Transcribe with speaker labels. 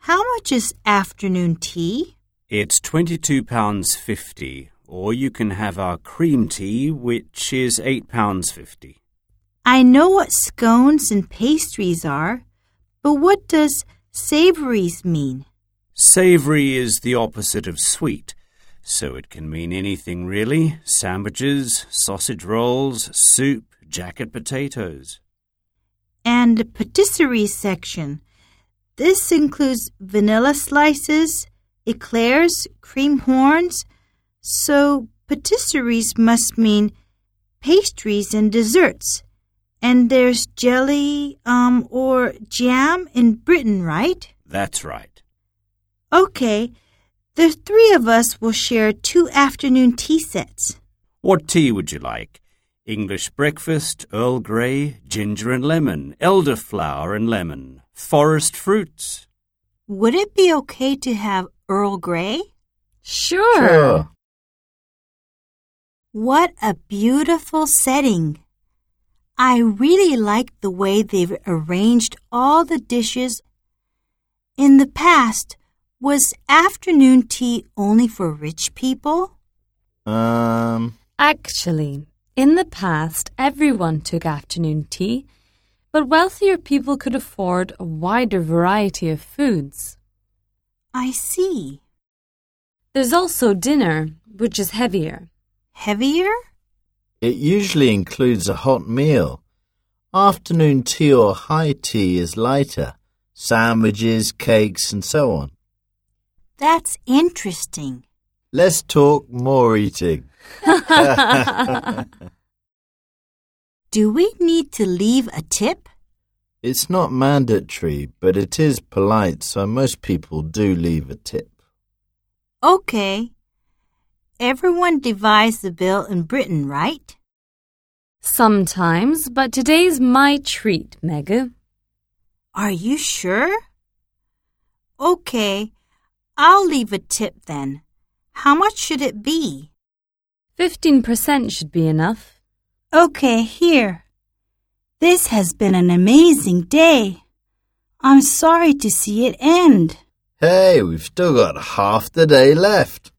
Speaker 1: How much is afternoon tea?
Speaker 2: It's £22.50, or you can have our cream tea, which is £8.50.
Speaker 1: I know what scones and pastries are, but what does savories mean?
Speaker 2: Savory is the opposite of sweet, so it can mean anything really sandwiches, sausage rolls, soup, jacket potatoes.
Speaker 1: And the patisserie section. This includes vanilla slices, eclairs, cream horns. So patisseries must mean pastries and desserts. And there's jelly um, or jam in Britain, right?
Speaker 2: That's right.
Speaker 1: Okay, the three of us will share two afternoon tea sets.
Speaker 2: What tea would you like? English breakfast, Earl Grey, ginger and lemon, elderflower and lemon, forest fruits.
Speaker 1: Would it be okay to have Earl Grey?
Speaker 3: Sure.
Speaker 1: What a beautiful setting! I really like the way they've arranged all the dishes. In the past, was afternoon tea only for rich people?
Speaker 4: Um,
Speaker 3: Actually, in the past, everyone took afternoon tea, but wealthier people could afford a wider variety of foods.
Speaker 1: I see.
Speaker 3: There's also dinner, which is heavier.
Speaker 1: Heavier?
Speaker 4: it usually includes a hot meal. Afternoon tea or high tea is lighter. Sandwiches, cakes, and so on.
Speaker 1: That's interesting.
Speaker 4: Let's talk more eating.
Speaker 1: Do we need to leave a tip?
Speaker 4: It's not mandatory, but it is polite, so most people do leave a tip.
Speaker 1: Okay. Everyone divides the bill in Britain, right?
Speaker 3: Sometimes, but today's my treat, Mega.
Speaker 1: Are you sure? Okay. I'll leave a tip then. How much should it be?
Speaker 3: 15% should be enough.
Speaker 1: Okay, here. This has been an amazing day. I'm sorry to see it end.
Speaker 4: Hey, we've still got half the day left.